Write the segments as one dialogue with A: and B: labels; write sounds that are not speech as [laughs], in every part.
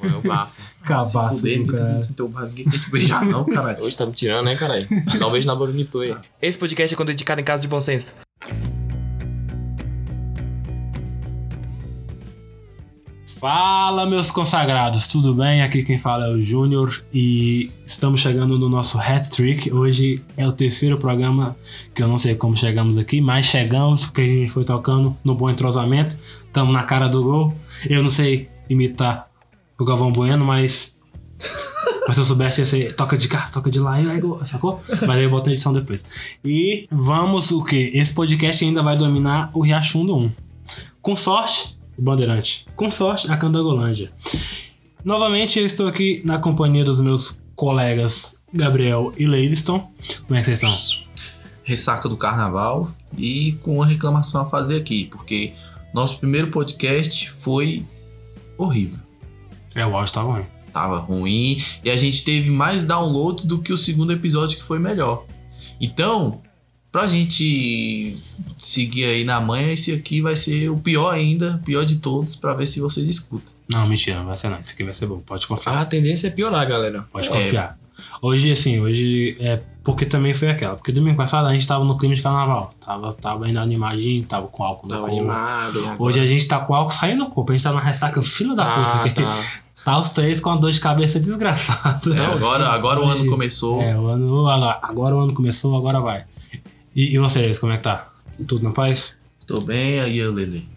A: mano, eu bafo.
B: Cabaço
C: Ah, Se fuder,
B: do
C: ninguém
B: cara.
C: tem teu barco, ninguém tem que te beijar,
B: [laughs]
C: não,
A: [laughs]
C: caralho.
A: Hoje tá me tirando, né, caralho? Dá um beijo na boca que tu aí.
D: Esse podcast é quando dedicado em caso de bom senso.
B: Fala, meus consagrados, tudo bem? Aqui quem fala é o Júnior e estamos chegando no nosso hat trick. Hoje é o terceiro programa que eu não sei como chegamos aqui, mas chegamos porque a gente foi tocando no bom entrosamento. Estamos na cara do gol. Eu não sei imitar o Galvão Bueno,
C: [laughs]
B: mas. Mas se eu soubesse, ia ser toca de cá, toca de lá, e aí, gol", sacou? Mas aí eu boto na edição depois. E vamos o quê? Esse podcast ainda vai dominar o Riachundo 1. Com sorte, o Bandeirante. Com sorte, a Candangolândia. Novamente, eu estou aqui na companhia dos meus colegas Gabriel e Leiviston. Como é que vocês estão?
C: Ressaca do carnaval e com uma reclamação a fazer aqui, porque nosso primeiro podcast foi horrível.
B: É, o áudio tá ruim.
C: Tava ruim e a gente teve mais download do que o segundo episódio que foi melhor. Então, pra gente seguir aí na manha, esse aqui vai ser o pior ainda, o pior de todos, pra ver se vocês escutam.
B: Não, mentira, não vai ser não. Isso aqui vai ser bom. Pode confiar.
A: A tendência é piorar, galera.
B: Pode
C: é.
B: confiar. Hoje, assim, hoje é porque também foi aquela. Porque domingo passado a gente tava no clima de carnaval. Tava, tava ainda animadinho, tava com álcool no
A: Tava
B: corpo.
A: Tá animado. né?
B: Hoje a gente tá com álcool saindo do corpo. A gente tá na ressaca, filho da
A: Tá,
B: puta.
A: tá.
B: Tá os três com a dor de cabeça desgraçada.
C: É, agora, agora o ano
B: Então, Hoje-
C: começou.
B: É, o ano, agora, agora o ano começou, agora vai. E, e vocês, como é que tá? Tudo na paz?
C: Tô bem aí, Lele.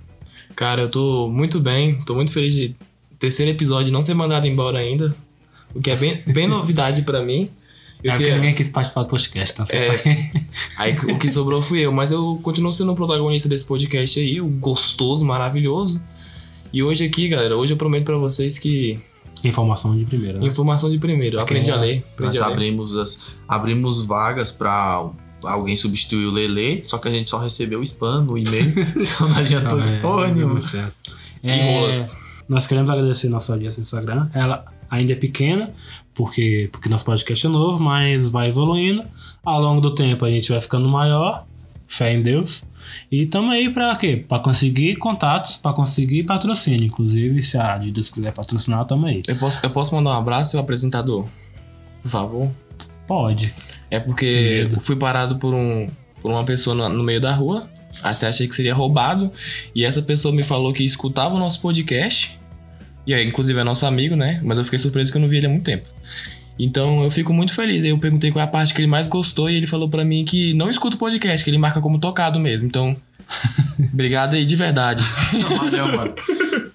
A: Cara, eu tô muito bem, tô muito feliz de terceiro episódio não ser mandado embora ainda, o que é bem, bem novidade pra mim. Eu
B: é que
A: queria-
B: ninguém quis participar do podcast, tá?
A: É. Aí o que sobrou fui eu, mas eu continuo sendo o protagonista desse podcast aí, o gostoso, maravilhoso. E hoje aqui, galera, hoje eu prometo pra vocês que
B: [laughs] Informação de primeira, né?
A: informação de primeiro, aprendi a ler, aprendi
B: é.
C: Nós
B: Tá
A: a ler.
C: abrimos, as, abrimos vagas pra alguém substituir o Lele, só que a gente só recebeu spam no
B: [laughs]
C: e-mail, então não adiantou de porra nenhuma.
B: muito é, certo.
A: E
B: É,
A: rolas.
B: Nós queremos agradecer nossa audiência no Instagram. Ela ainda é pequena, porque, porque nosso podcast é novo, mas vai evoluindo. Ao longo do tempo a gente vai ficando maior, fé em Deus. E estamos aí para quê? Para conseguir contatos, para conseguir patrocínio. Inclusive, se a Adidas quiser patrocinar, estamos aí.
A: Eu posso, eu posso mandar um abraço ao apresentador? Por favor.
B: Pode.
A: É
B: Que
A: porque
B: medo.
A: eu fui parado por, um, por uma pessoa no, no meio da rua. Até achei que seria roubado. E essa pessoa me falou que escutava o nosso podcast. E aí, inclusive, é nosso amigo, né? Mas eu fiquei surpreso que eu não vi ele há muito tempo. Então eu fico muito feliz. Aí eu perguntei qual é a parte que ele mais gostou e ele falou pra mim que não escuta o podcast, que ele marca como tocado mesmo. Então, obrigado aí de verdade.
C: Não, valeu, mano.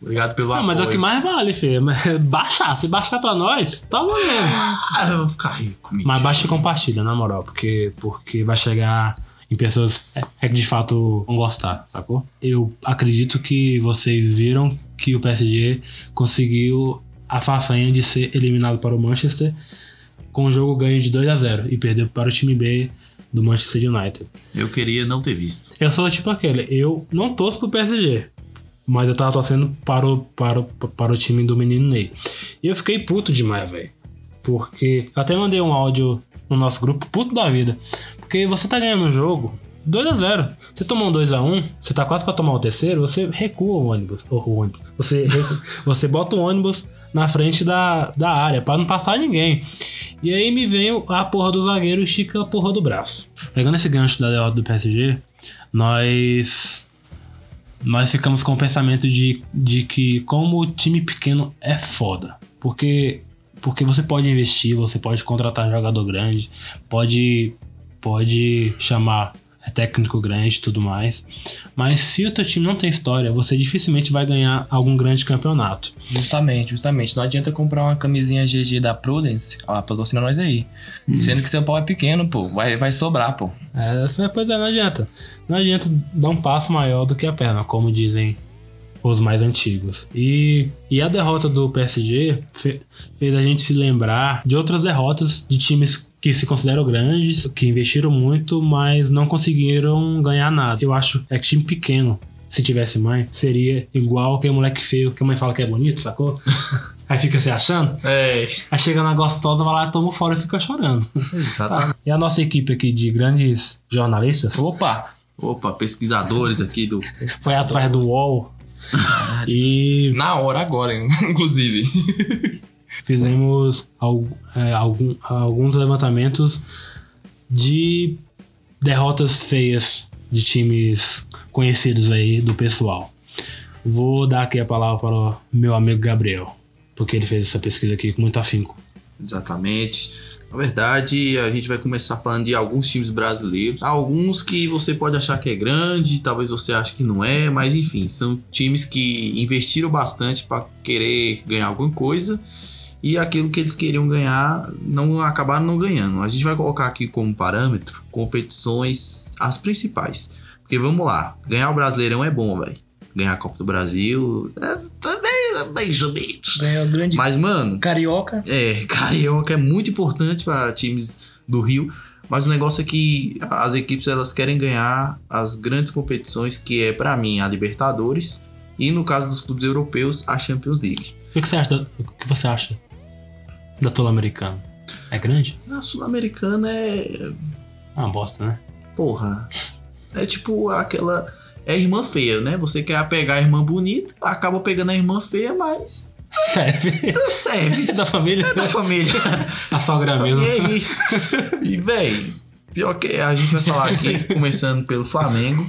C: Obrigado pelo
B: é Não,
C: apoio.
B: mas é o que mais vale, filho. [laughs] é mais- Baixar. Se baixar pra nós, tá valendo.
C: Ah, eu vou ficar rico. mentira.
B: Mas baixa e compartilha, na moral. Porque, porque vai chegar em pessoas é que de fato vão gostar, sacou? Eu acredito que vocês viram que o PSG conseguiu a façanha de ser eliminado para o Manchester com o jogo ganho de 2 a 0 e perdeu para o time B do Manchester United.
C: Eu queria não ter visto.
B: Eu sou tipo aquele, eu não torço pro PSG, mas eu tava torcendo para o, para o, para o time do menino Ney. E eu fiquei puto demais, velho. Porque eu até mandei um áudio no nosso grupo, puto da vida. Porque você tá ganhando um jogo 2 a 0 Você tomou um 2 a 1 você tá quase pra tomar o terceiro, você recua o ônibus. Ou o ônibus. Você, recu- [laughs] você bota o ônibus na frente da, da área, pra não passar ninguém. E aí me vem o- a porra do zagueiro e estica a porra do braço. Pegando esse gancho da derrota do PSG, nós nós ficamos com o pensamento de, de que como o time pequeno é foda. Porque, porque você pode investir, você pode contratar jogador grande, pode, pode chamar técnico grande e tudo mais. Mas se o teu time não tem história, você dificilmente vai ganhar algum grande campeonato.
A: Justamente, justamente. Não adianta comprar uma camisinha GG da Prudence. Ó, lá, patrocina nós aí. Sendo que seu pau é pequeno, pô. Vai, vai sobrar, pô.
B: É, pois é, não adianta. Não adianta dar um passo maior do que a perna, como dizem os mais antigos. E, e a derrota do PSG fe- fez a gente se lembrar de outras derrotas de times que se consideram grandes, que investiram muito, mas não conseguiram ganhar nada. Eu acho é que time pequeno, se tivesse mãe, seria igual que moleque feio que a mãe fala que é bonito, sacou? Aí fica se achando,
C: É,
B: aí chega na gostosa, vai lá, toma fora e fica chorando.
C: exatamente.
B: E a nossa equipe aqui de grandes jornalistas
A: Opa!
C: Opa, pesquisadores aqui do.
B: foi atrás do UOL,
A: Caralho.
B: E
A: Na hora, agora, hein? [laughs] inclusive.
B: fizemos al- é, algum- alguns levantamentos de derrotas feias de times conhecidos aí do pessoal. Vou dar aqui a palavra para o meu amigo Gabriel, porque ele fez essa pesquisa aqui com muito afinco.
C: Exatamente. Na verdade, a gente vai começar falando de alguns times brasileiros. Alguns que você pode achar que é grande, talvez você ache que não é, mas enfim, são times que investiram bastante para querer ganhar alguma coisa e aquilo que eles queriam ganhar não acabaram não ganhando. A gente vai colocar aqui como parâmetro competições as principais. Porque vamos lá, ganhar o Brasileirão é bom, velho. Ganhar a Copa do Brasil é, também é mais ou menos.
E: Ganhou o grande
C: Mas, mano,
E: carioca.
C: é, carioca é muito importante para times do Rio, mas o negócio é que as equipes elas querem ganhar as grandes competições, que é para mim a Libertadores e no caso dos clubes europeus a Champions League.
B: O que que você acha da, o que você acha da Tola Americana? É grande?
C: Na Sul-Americana é,
B: Ah, bosta, né? [laughs]
C: porra, é tipo aquela é a irmã feia, né? Você quer pegar a irmã bonita, acaba pegando a irmã feia, mas
B: Serve.
C: serve
B: É,
C: [laughs]
B: da família?
C: da família.
B: A sogra
C: E
B: mesmo.
C: é
A: [laughs]
C: isso. E, véi, pior que a gente vai falar aqui, começando pelo Flamengo.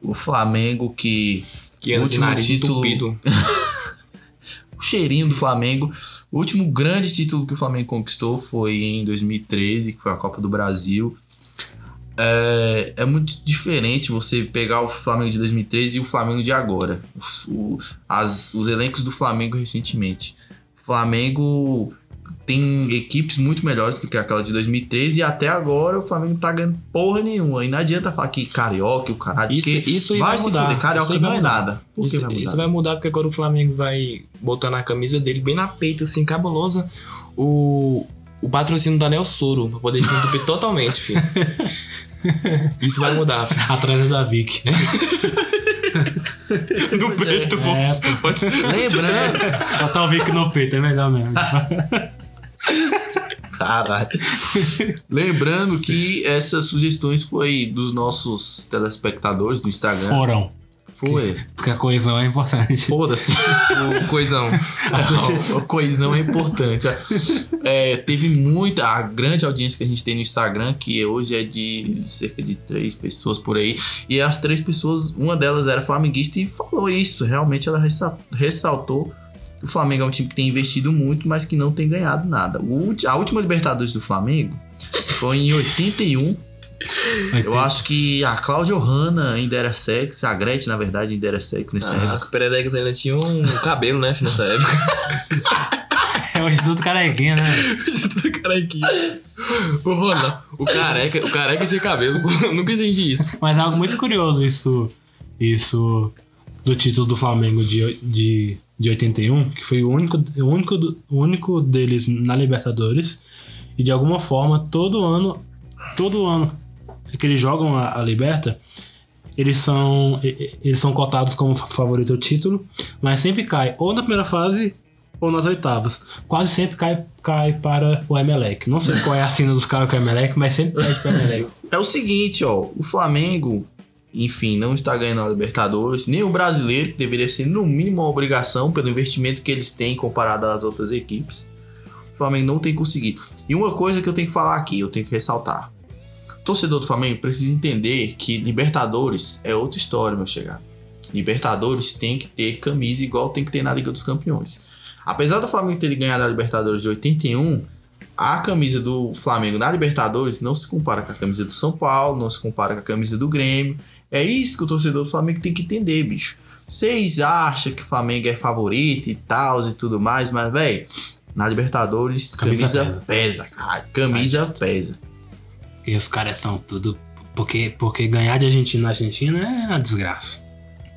C: O Flamengo que.
A: Que anda de
C: Último
A: nariz
C: título.
A: entupido.
C: O cheirinho do Flamengo. O último grande título que o Flamengo conquistou foi em 2013, que foi a Copa do Brasil. É, é muito diferente você pegar o Flamengo de 2013 e o Flamengo de agora. Os, o- as- os elencos do Flamengo recentemente. O Flamengo tem equipes muito melhores do que aquela de 2013 e até agora o Flamengo tá ganhando porra nenhuma. E não adianta falar que carioca, o caralho,
A: Isso,
C: porque
A: isso aí
C: vai,
A: vai,
C: se
A: mudar.
C: fuder. Carioca
A: isso aí
C: não
A: vai
C: é
A: mudar.
C: nada. Por que
A: Isso,
C: vai mudar? [laughs]
A: isso vai mudar porque agora o Flamengo vai botando a camisa dele bem na peita, assim, cabulosa, o, o patrocínio da Nel Soro, pra poder [laughs] desentupir totalmente, filho. Isso vai mudar, filho.
B: Atrás é da Vic.
C: No peito, pô.
B: É, pô.
A: né?
C: Lembrando.
B: Botar o Vic no peito é melhor mesmo.
C: Caralho. Lembrando que essas sugestões foi dos nossos telespectadores do Instagram.
B: Foram.
C: Foi.
B: Porque a coesão é importante.
C: Foda-se.
A: O
C: [laughs]
A: coisão.
C: Não, a coesão é importante. É, teve muita, a grande audiência que a gente tem no Instagram, que hoje é de cerca de três pessoas por aí. E as três pessoas, uma delas era flamenguista e falou isso. Realmente ela ressa- ressaltou que o Flamengo é um time que tem investido muito, mas que não tem ganhado nada. O ulti- a última Libertadores do Flamengo foi em 81. Eu acho que a Cláudia Hanna ainda era sexy, a Gretchen, na verdade, ainda era sexy nessa época.
A: Ah. as pererecas ainda tinham cabelo, né, filho, nessa época.
B: É hoje tudo carequinha, né?
A: Tudo carequinha. O Ronaldo, o careca, o careca tinha cabelo. [laughs] Eu nunca entendi isso.
B: Mas é algo muito curioso isso. Isso do título do Flamengo de, oi- de, de 81, que foi o único, o, único, do- o único deles na Libertadores. E de alguma forma, todo ano, todo ano que eles jogam a, a Liberta, eles são, e- e- eles são cotados como fa- favorito ao título, mas sempre cai ou na primeira fase ou nas oitavas. Quase sempre cai, cai para o Emelec. Não sei qual é a sina dos caras com o Emelec, mas sempre perde para o Emelec.
C: É o seguinte, ó, o Flamengo, enfim, não está ganhando a Libertadores, nem o brasileiro, que deveria ser no mínimo uma obrigação pelo investimento que eles têm comparado às outras equipes. O Flamengo não tem conseguido. E uma coisa que eu tenho que falar aqui, eu tenho que ressaltar. O torcedor do Flamengo precisa entender que Libertadores é outra história, meu chegar. Libertadores tem que ter camisa igual tem que ter na Liga dos Campeões. Apesar do Flamengo ter ganhado a Libertadores de 81, a camisa do Flamengo na Libertadores não se compara com a camisa do São Paulo, não se compara com a camisa do Grêmio. É isso que o torcedor do Flamengo tem que entender, bicho. Vocês acham que o Flamengo é favorito e tal e tudo mais, mas, velho, na Libertadores, camisa,
B: Camisa
C: pesa, caralho. Camisa pesa.
B: E os caras são tudo. Porque, porque ganhar de Argentina na Argentina é uma desgraça.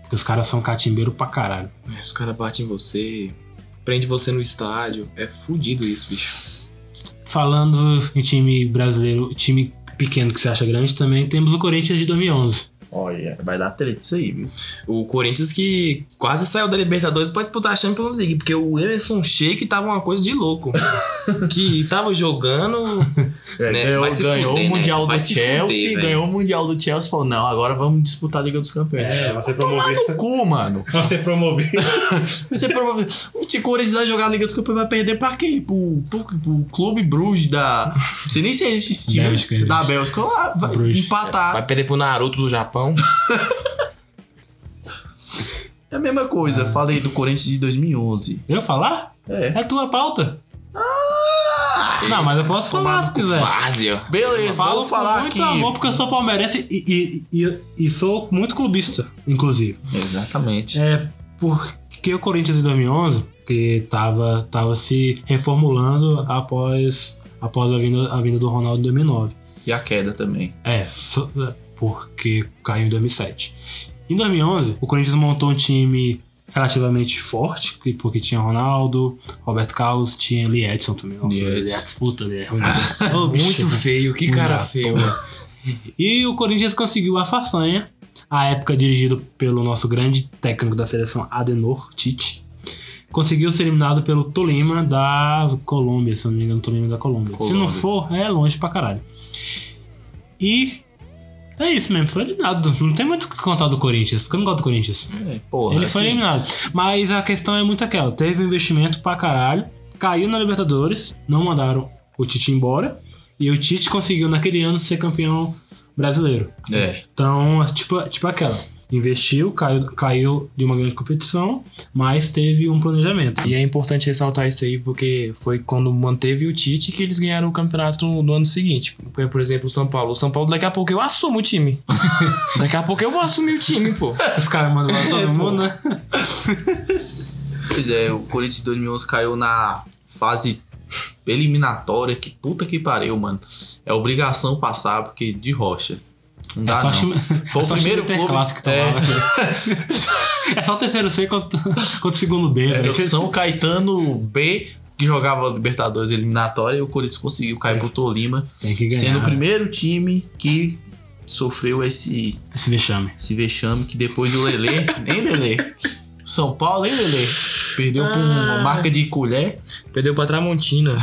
B: Porque os caras são catimbeiro pra caralho.
A: Os caras batem em você, prende você no estádio. É fudido isso, bicho.
B: Falando em time brasileiro, time pequeno que você acha grande também, temos o Corinthians de 2011.
C: Olha, vai dar treta isso aí, viu?
A: O Corinthians que quase saiu da Libertadores pra disputar a Champions League, porque o Emerson Sheik tava uma coisa de louco. que tava jogando,
C: É,
E: né?
C: ganhou
E: Vai se
C: ganhou
E: fuder,
C: o
E: né?
C: Mundial
E: Vai
C: do
E: se fuder,
C: Chelsea,
E: velho.
C: ganhou o Mundial do Chelsea, falou, não, agora vamos disputar a Liga dos Campeões.
B: É, vai ser
C: Tomar
B: promovido.
C: no cu, mano.
B: Vai ser promovido.
C: Você provavelmente. O Ticuris vai jogar a Liga dos Campeões vai perder pra quem? Pro, pro, pro Clube Bruges da. Não sei nem se existe esse time.
B: Bélgica, existe.
C: da Bélgica. Lá, vai
B: Bruges.
C: empatar.
A: Vai perder pro Naruto do Japão.
C: É a mesma coisa. Falei do Corinthians de 2011.
B: Eu falar?
C: É.
B: É tua pauta. Não, mas eu posso
C: Tomar
B: falar
C: no
B: se quiser.
A: Quase, ó.
C: Beleza,
B: Falo
C: vamos
B: com
C: falar
B: muito
C: aqui.
B: amor porque eu sou palmeirense e, e, e, e sou muito clubista, inclusive.
C: Exatamente.
B: É porque o Corinthians em 2011 que tava, tava se reformulando após, após a, vinda, a vinda do Ronaldo em 2009.
C: E a queda também.
B: É, só- porque caiu em 2007. Em 2011, o Corinthians montou um time relativamente forte, que- porque tinha Ronaldo, Roberto Carlos, tinha Lee Edson também. Nossa,
C: Lee
B: Lee
C: Edson.
B: Edson, puta, Lee Edson. Ô, bicho.
A: Muito feio, que cara
B: Uma
A: feio.
B: E o Corinthians conseguiu a façanha, à época dirigido pelo nosso grande técnico da seleção, Adenor Tite. Conseguiu ser eliminado pelo Tolima da Colômbia, se eu não me engano, Tolima da Colômbia. Se não
A: Colômbia.
B: for, é longe pra caralho. E é isso mesmo, foi eliminado. Não tem muito o que contar do Corinthians, porque eu não gosto do Corinthians.
C: É, porra,
B: Ele foi
C: assim,
B: eliminado. Mas a questão é muito aquela: teve um investimento pra caralho, caiu na Libertadores, não mandaram o Tite embora, e o Tite conseguiu naquele ano ser campeão brasileiro.
C: É.
B: Então, tipo, tipo aquela: investiu, caiu, caiu de uma grande competição, mas teve um planejamento.
A: E é importante ressaltar isso aí, porque foi quando manteve o Tite que eles ganharam o campeonato no, no ano seguinte. É, Por, por exemplo, o São Paulo. O São Paulo, daqui a pouco eu assumo o
C: [laughs]
A: time. daqui a pouco eu vou assumir o time, pô.
B: Os caras mandaram
C: [laughs] É,
B: todo
C: pô.
B: mundo, né?
C: Pois é, o Corinthians de 2011 caiu na fase eliminatória. Que puta que pariu, mano. É obrigação passar, porque de rocha. Não
B: é
C: dá,
B: só
C: não.
B: time-
C: Foi
B: é
C: o
B: só
C: primeiro
B: time
C: clube.
B: interclássico que
C: é,
B: tomava. [laughs] É só o terceiro C contra, [laughs] contra o segundo B, né?
C: Era
B: velho.
C: o São Caetano B, que jogava Libertadores eliminatória, e o Corinthians conseguiu cair pro Tolima,
B: Tem que ganhar.
C: sendo o primeiro time que sofreu esse,
B: Esse vexame.
C: esse vexame, que depois o Lelê, [laughs] nem Lelê, São Paulo, nem Lelê, perdeu
B: Ah.
C: por uma marca de colher.
A: Perdeu pra Tramontina.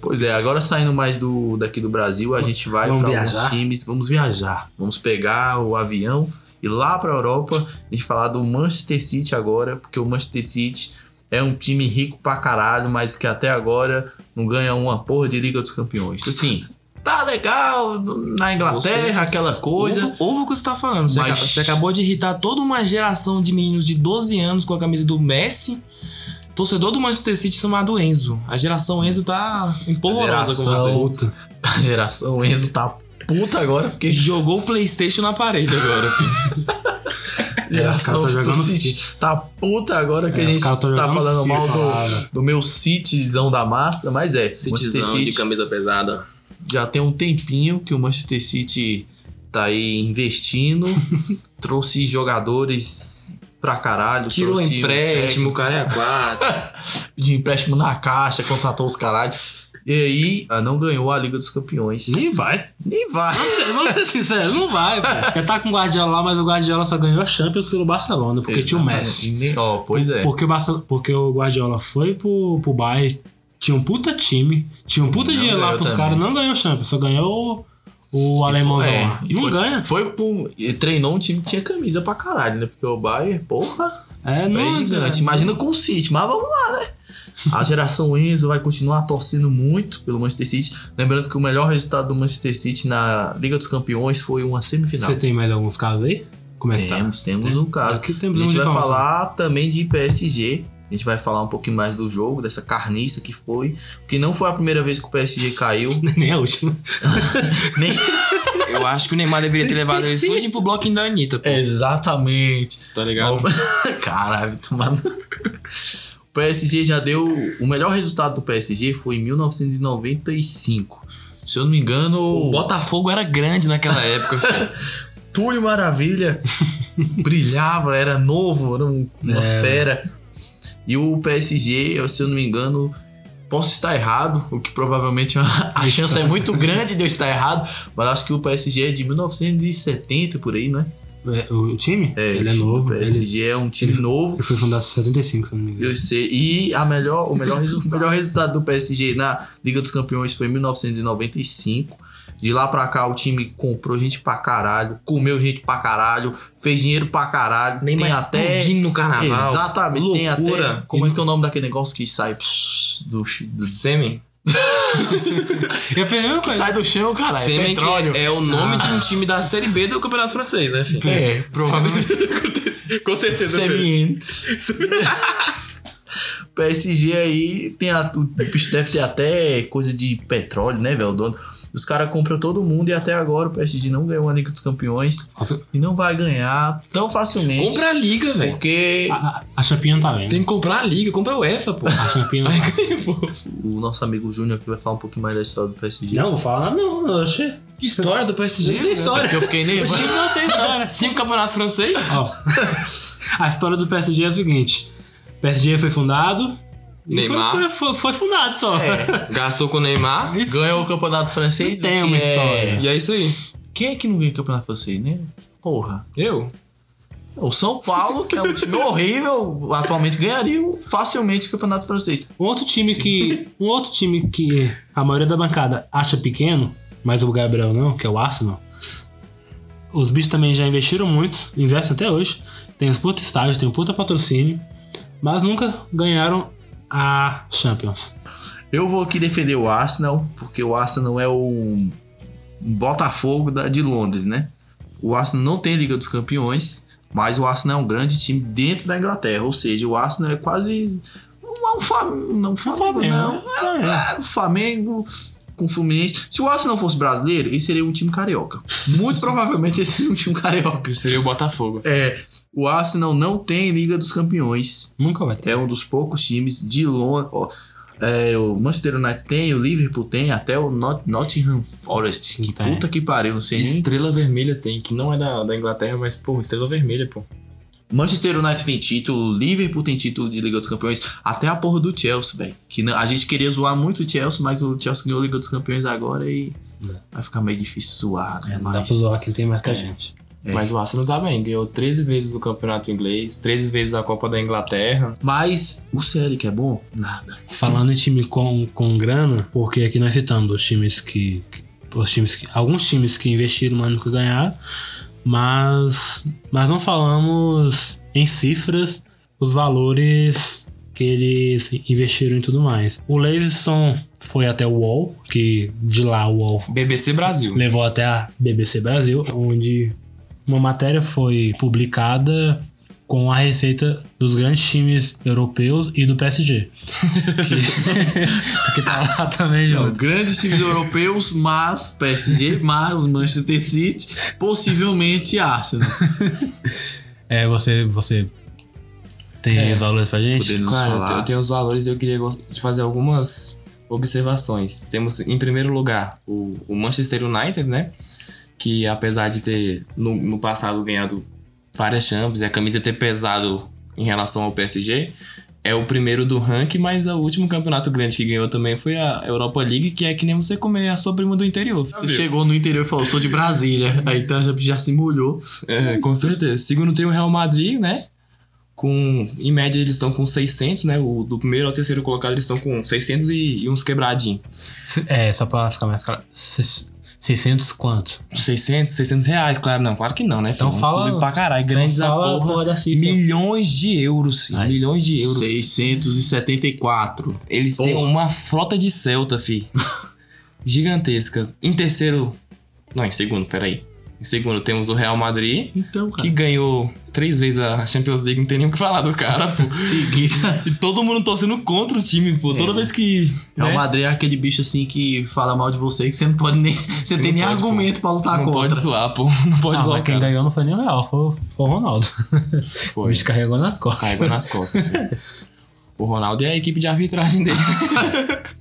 C: Pois é, agora saindo mais do daqui do Brasil, a gente vai
B: Vamos
C: para
B: viajar?
C: alguns times, vamos viajar, vamos pegar o avião e lá para Europa, a gente falar do Manchester City agora, porque o Manchester City é um time rico pra caralho, mas que até agora não ganha uma porra de Liga dos Campeões. Assim, tá legal na Inglaterra,
A: Você-
C: aquela coisa.
A: Ouve, ouve o que você tá falando. Você,
C: Mas-
A: acaba- você acabou de irritar toda uma geração de meninos de 12 anos com a camisa do Messi. Torcedor do Manchester City chamado Enzo. A geração Enzo tá empolvorosa com
C: Geração.
A: você.
B: Puta.
C: A [laughs] geração Enzo tá puta agora,
B: É,
C: porque
A: Jogou o Playstation na parede agora. filho.
C: a geração
B: os caras tá
C: do
B: jogando
C: City tá puta agora
B: É,
C: que a
B: os
C: gente tá
B: caras tão jogando
C: falando mal
B: FIFA,
C: do.
B: cara.
C: do meu Cityzão da massa, mas é, Manchester
E: Citizão
C: City
E: de camisa pesada.
C: já tem um tempinho que o Manchester City tá aí
B: [laughs]
C: investindo, trouxe jogadores pra caralho,
A: Tirou
C: trouxe um
A: empréstimo, cara.
E: É, quatro.
C: técnico de empréstimo na caixa, contratou os caralho. E aí, ah, não ganhou a Liga dos Campeões.
B: Nem vai.
C: Nem vai.
B: Vamos ser- Vamos ser sinceros, não vai, pô. Já tá com o Guardiola lá, mas o Guardiola só ganhou a Champions pelo Barcelona, porque tinha o Messi.
C: Exatamente. Nem- Ó, pois é.
B: Porque o, Barcelona, porque o Guardiola foi pro, pro Bayern, tinha um puta time, tinha um puta
C: Não
B: dinheiro lá
C: ganhou
B: pros
C: também.
B: caras, não ganhou a Champions, só ganhou o, o alemãozão
C: é,
B: lá.
C: e
B: Não
C: foi-
B: ganha.
C: Foi pro, e treinou um time que tinha camisa pra caralho, né? Porque o Bayern, porra,
B: É, não
C: É gigante. Imagina com o City, mas vamos lá, né? A geração Enzo vai continuar torcendo muito pelo Manchester City. Lembrando que o melhor resultado do Manchester City na Liga dos Campeões foi uma semifinal.
B: Você tem mais alguns casos aí? Como é que tá?
C: Temos, temos um caso.
B: Aqui
C: A
B: temos um
C: gente
B: de
C: vai
B: falar.
C: falar também de PSG. A gente vai falar um pouquinho mais do jogo, dessa carniça que foi. Porque não foi a primeira vez que o PSG caiu.
B: [laughs] Nem a última.
C: Nem...
A: Eu acho que o Neymar deveria ter levado eles tudinho pro bloquinho da Anitta,
C: É.
A: pô.
C: Exatamente.
A: Tá ligado?
C: Caralho, [laughs] tomando. O PSG já deu. O melhor resultado do PSG foi em 1995. Se eu não me engano,
A: O Botafogo era grande [laughs] naquela época, filho.
C: Túlio Maravilha [laughs] brilhava, era novo, era um- uma
B: É.
C: fera. E o PSG, se eu não me engano, posso estar errado, o que provavelmente a, [laughs] a é chance é muito grande de eu estar errado, mas acho que o PSG é de 1970 por aí, né?
B: É, o, o time?
C: É,
B: ele
C: o
B: é
C: time do
B: novo. Ele,
C: PSG é um time novo.
B: ele foi fundado em 75, se não me engano.
C: Eu sei. E a melhor, o, melhor, resu- o melhor resultado do PSG na Liga dos Campeões foi em 1995. De lá pra cá, o time comprou gente pra caralho, comeu gente pra caralho, fez dinheiro pra caralho.
A: Nem
C: tem
A: mais
C: até.
A: pudim no carnaval.
C: Exatamente, tem
A: Loucura.
C: até. Como é que é o nome daquele negócio que sai psh, do, ch- do-
A: Sêmen.
B: Eu pensei a mesma
C: que
B: coisa.
C: sai do chão, cara? É
A: Sêmen
C: petróleo.
A: que é o nome de um time da Série B do Campeonato Francês, né, [laughs] filho?
C: É, provavelmente.
A: Com certeza.
C: CMN. PSG aí tem a, o bicho deve ter até coisa de petróleo, né, velho? O dono. Os caras compram todo mundo e até agora o PSG não ganhou a Liga dos Campeões e não vai ganhar tão facilmente.
A: Compra a liga, velho.
C: porque
B: A, a- a Champinha não tá vendo.
A: Tem que comprar a liga, compra a UEFA, pô.
B: A Champinha não tá vendo.
C: o nosso amigo Júnior que vai falar um pouquinho mais da história do PSG.
B: Não, vou falar não. não, Oxê.
A: Que tá- história do PSG?
B: Não tem história.
C: Porque eu fiquei nervoso.
B: Esse time não tem história.
A: né? Cinco campeonatos francês?
B: Ó, a história do PSG é a seguinte: o PSG foi fundado. e
A: Neymar.
B: Foi, foi- foi fundado só. [laughs]
C: É,
A: Gastou com o Neymar.
C: ganhou o campeonato francês.
B: Tem
C: o que
B: uma
C: é-
B: história.
A: E é isso aí.
C: Quem é que não ganha o campeonato francês, né? Porra.
A: Eu?
C: O São Paulo, que é um time horrível, atualmente ganharia facilmente o campeonato francês.
B: Um outro time que. Um outro time que a maioria da bancada acha pequeno, mas o Gabriel não, que é o Arsenal. Os bichos também já investiram muito, investem até hoje. Tem os puta estágios, tem um puta patrocínio, mas nunca ganharam a Champions.
C: Eu vou aqui defender o Arsenal, porque o Arsenal é o Botafogo da- de Londres, né? O Arsenal não tem Liga dos Campeões, mas o Arsenal é um grande time dentro da Inglaterra. Ou seja, o Arsenal é quase um, um Flam- não, um Flamengo, não.
B: É.
C: É, um Flamengo com Fluminense. Se o Arsenal fosse brasileiro, ele seria um time carioca. Muito provavelmente ele seria um time carioca.
A: Seria o Botafogo.
C: É, o Arsenal não tem Liga dos Campeões
B: Nunca vai ter.
C: é um dos poucos times de longe. ó, é, o Manchester United tem, o Liverpool tem, até o Not- Nottingham Forest. Que
B: Tem.
C: puta que pariu, não sei nem.
A: Estrela Vermelha tem, que não é da, da Inglaterra, mas, pô, Estrela Vermelha, pô.
C: Manchester United tem título, Liverpool tem título de Liga dos Campeões, até a porra do Chelsea, velho. Que não- a gente queria zoar muito o Chelsea, mas o Chelsea ganhou a Liga dos Campeões agora e
B: É.
C: vai ficar meio difícil zoar, né?
B: É, não dá
C: mas
B: pra zoar quem tem mais que a
A: É.
B: gente.
C: É.
A: Mas o Arsenal tá bem, ganhou 13 vezes o Campeonato Inglês, 13 vezes a Copa da Inglaterra.
C: mas o CL que é bom? Nada.
B: Falando em time com, com grana, porque aqui nós citamos os times que, que- os times que. Alguns times que investiram, mas nunca ganharam. Mas. Mas não falamos em cifras os valores que eles investiram e tudo mais. O Levinson foi até o UOL, que de lá o UOL
A: BBC Brasil.
B: levou até a BBC Brasil, onde uma matéria foi publicada com a receita dos grandes times europeus e do PSG. Que, [laughs] que tá lá também,
C: Não,
B: João.
C: grandes times europeus, mas PSG, mas Manchester City, possivelmente Arsenal.
B: É, você, você tem
A: É.
B: os valores pra gente?
C: Poder nos
A: Claro, eu
C: falar.
A: te- eu tenho os valores e eu queria gos- de fazer algumas observações. Temos, em primeiro lugar, o, o Manchester United, né? Que apesar de ter no, no passado ganhado várias Champions e a camisa ter pesado em relação ao PSG, é o primeiro do ranking, mas o último campeonato grande que ganhou também foi a Europa League, que é que nem você comer a sua prima do interior.
C: Você chegou no interior e falou, sou de Brasília. Aí então já, já se molhou.
A: É, com certeza. Segundo tem o Real Madrid, né? Com, em média eles estão com 600, né? O, do primeiro ao terceiro colocado eles estão com 600 e, e uns quebradinhos.
B: É, só pra ficar mais claro. Seis- 600 quanto?
A: 600, 600 reais, claro não. Claro que não, né?
B: Então
A: filho? Um
B: fala-
A: clube pra caralho, grande
B: Então fala
A: da
B: a
A: porra.
B: da cifra.
A: Milhões de euros, filho.
B: Aí.
A: Milhões de euros.
C: 674.
A: Eles têm
C: Porra.
A: uma frota de Celta, [laughs] fi. Gigantesca. Em terceiro... Não, em segundo, peraí. Em segundo temos o Real Madrid,
C: Então,
A: que
C: cara,
A: ganhou três vezes a Champions League. Não tem nem o que falar do cara, [laughs] pô.
C: seguida.
A: E todo mundo torcendo contra o time, pô. Toda
C: É.
A: vez que.
C: Real
A: né?
C: Madrid é aquele bicho assim que fala mal de você, que você não pode nem. [laughs] Você
A: Não
C: tem nem
A: pode,
C: argumento pra lutar
A: não
C: contra.
A: pode zoar, pô. Não pode
B: Ah,
A: zoar.
B: mas quem
A: cara.
B: ganhou não foi nem o Real, foi, foi o Ronaldo. O
A: Foi.
B: bicho carregou na costa.
A: Carregou nas costas. pô. [laughs] o Ronaldo e a equipe de arbitragem dele. [laughs]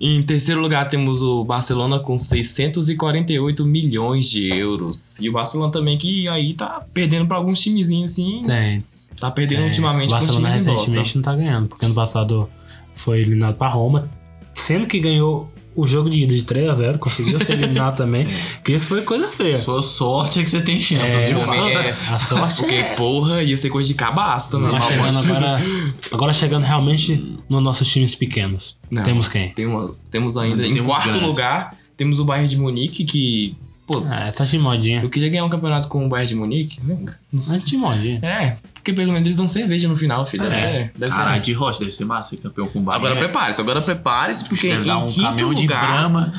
A: em terceiro lugar, temos o Barcelona com 648 milhões de euros. E o Barcelona também, que aí tá perdendo pra alguns timezinhos, assim.
B: [laughs] Tem,
A: Tá perdendo
B: É,
A: ultimamente
B: o
A: pra uns
B: Barcelona
A: times em bosta.
B: recentemente não tá ganhando, porque ano passado foi eliminado pra Roma, sendo que ganhou o jogo de ida de 3 a 0 conseguiu se
A: [laughs]
B: eliminar também.
A: É.
B: Porque isso foi coisa feia.
C: Sua sorte é que você tem Champions,
B: É,
C: viu?
A: mas-
C: Nossa,
A: é.
B: A sorte
A: Porque, é porra, ia ser coisa de cabaço né? também.
B: Mas chegando agora, agora chegando realmente nos nossos times pequenos.
A: Não.
B: Temos quem?
A: Tem uma- temos ainda,
C: Ainda
A: em
C: temos
A: quarto
C: grandes.
A: lugar, temos o Bayern de Munique, que... Pô,
B: Ah, é só time modinha.
A: eu queria ganhar um campeonato com o Bayern de Munique.
C: Hum.
B: É time modinha.
A: É, porque pelo menos eles dão cerveja no final, filho. Deve
C: É.
A: ser... Deve ser
C: Caralho, de rocha, deve ser massa ser campeão com Bahia.
A: Agora prepare-se, agora prepare-se, porque
C: Deve dar
A: em
C: um
A: quinto
C: caminhão de
A: lugar...
C: brama.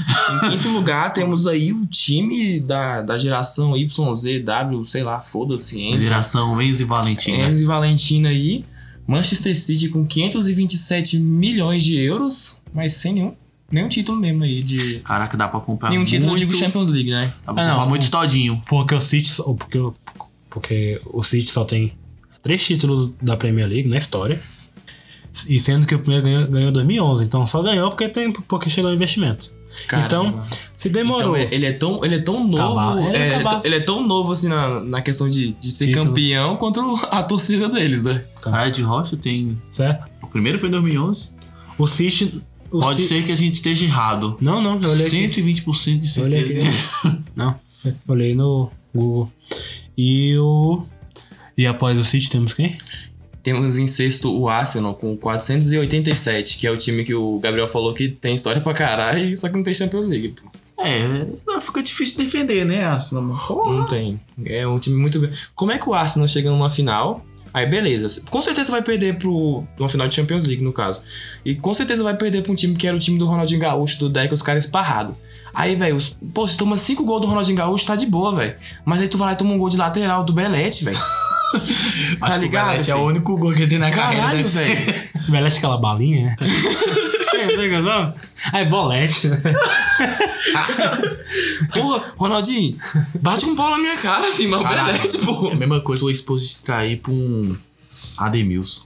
A: Em quinto lugar, temos aí o time da, da geração YZW, sei lá, foda-se, Enzo,
C: Geração Enzo e Valentina.
A: Enzo e Valentina aí. Manchester City com 527 milhões de euros, mas sem nenhum, nenhum título mesmo aí de.
C: Caraca, dá pra comprar
A: nenhum título, eu
C: Tá muito.
A: digo Champions League, né?
C: Dá pra
B: Ah, não.
C: comprar muito todinho.
B: Porque o City, só- porque, o- porque o City só tem três títulos da Premier League na história. E sendo que o primeiro ganhou, ganhou em 2011, então só ganhou porque tem porque chegou o investimento. Então, Se
A: Então,
B: demorou.
A: ele ele é tão, ele é tão novo,
B: Cabaço.
A: é,
B: É,
A: ele, é tão,
B: cabaço.
A: ele é tão novo assim na, na questão de, de ser
B: Título.
A: campeão contra a torcida deles, né?
C: Caralho, de rocha tem...
B: certo?
C: O primeiro foi em 2011.
B: O City. o
C: Pode
B: Ci-
C: ser que a gente esteja errado.
B: Não, não, eu olhei aqui.
C: 120% de
B: Eu olhei
C: certeza.
B: aqui. não, eu olhei no Google. E o. E após o City temos quem?
A: Temos em sexto o Arsenal com 487, que é o time que o Gabriel falou que tem história pra caralho, só que não tem Champions League. pô.
C: É, não, fica difícil defender, né, Arsenal?
A: Não tem. É um time muito grande. Como é que o Arsenal chega numa final? Aí beleza. Com certeza vai perder pro. Uma final de Champions League, no caso. E com certeza vai perder pra um time que era o time do Ronaldinho Gaúcho, do Deck, os caras esparrados. Aí, velho, os- pô, se toma cinco gols do Ronaldinho Gaúcho, tá de boa, velho. Mas aí tu vai lá e toma um gol de lateral do Belete, [laughs] velho.
C: Acho que o
A: ligado,
C: Belete É o
A: filho?
C: único gol que ele tem na carreira. né?
A: Caralho,
C: deve ser.
A: velho.
B: Belete aquela balinha, né? Ah, é bolete.
A: Porra, Ronaldinho, bate um pau na minha cara, filho, mas o
C: Caralho.
A: Belete,
C: É a
A: pô.
C: mesma coisa o esposo distrair pra um Ademilson.